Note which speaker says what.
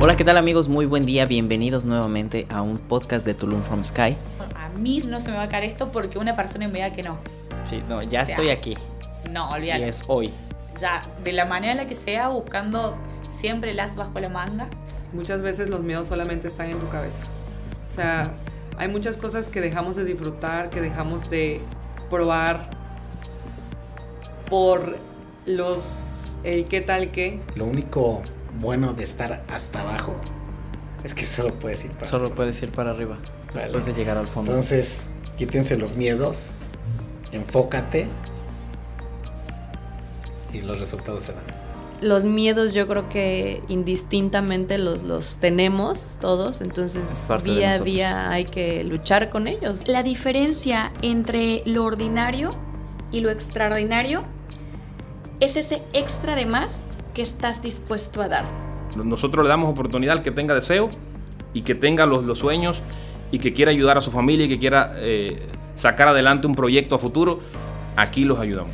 Speaker 1: Hola, ¿qué tal amigos? Muy buen día, bienvenidos nuevamente a un podcast de Tulum from Sky.
Speaker 2: A mí no se me va a caer esto porque una persona me diga que no.
Speaker 1: Sí, no, ya
Speaker 2: O sea,
Speaker 1: estoy aquí
Speaker 2: No,
Speaker 1: y
Speaker 2: olvídalo.
Speaker 1: es hoy.
Speaker 2: Ya, de la manera en la que sea, buscando siempre las bajo la manga.
Speaker 3: Muchas veces los miedos solamente están en tu cabeza. O sea, hay muchas cosas que dejamos de disfrutar, que dejamos de probar por los el qué tal qué.
Speaker 4: Lo único bueno de estar hasta abajo es que solo puedes ir para
Speaker 1: Solo
Speaker 4: arriba.
Speaker 1: puedes ir para arriba
Speaker 4: Vale.
Speaker 1: después de llegar al fondo.
Speaker 4: Entonces, quítense los miedos, enfócate y los resultados se dan.
Speaker 5: los miedos yo creo que indistintamente los, los tenemos todos, entonces
Speaker 1: Es parte de
Speaker 5: día a
Speaker 1: nosotros.
Speaker 5: día hay que luchar con ellos.
Speaker 6: La diferencia entre lo ordinario y lo extraordinario es ese extra de más que estás dispuesto a dar.
Speaker 7: Nosotros le damos oportunidad al que tenga deseo y que tenga los, los sueños y que quiera ayudar a su familia y que quiera eh, sacar adelante un proyecto a futuro. Aquí los ayudamos.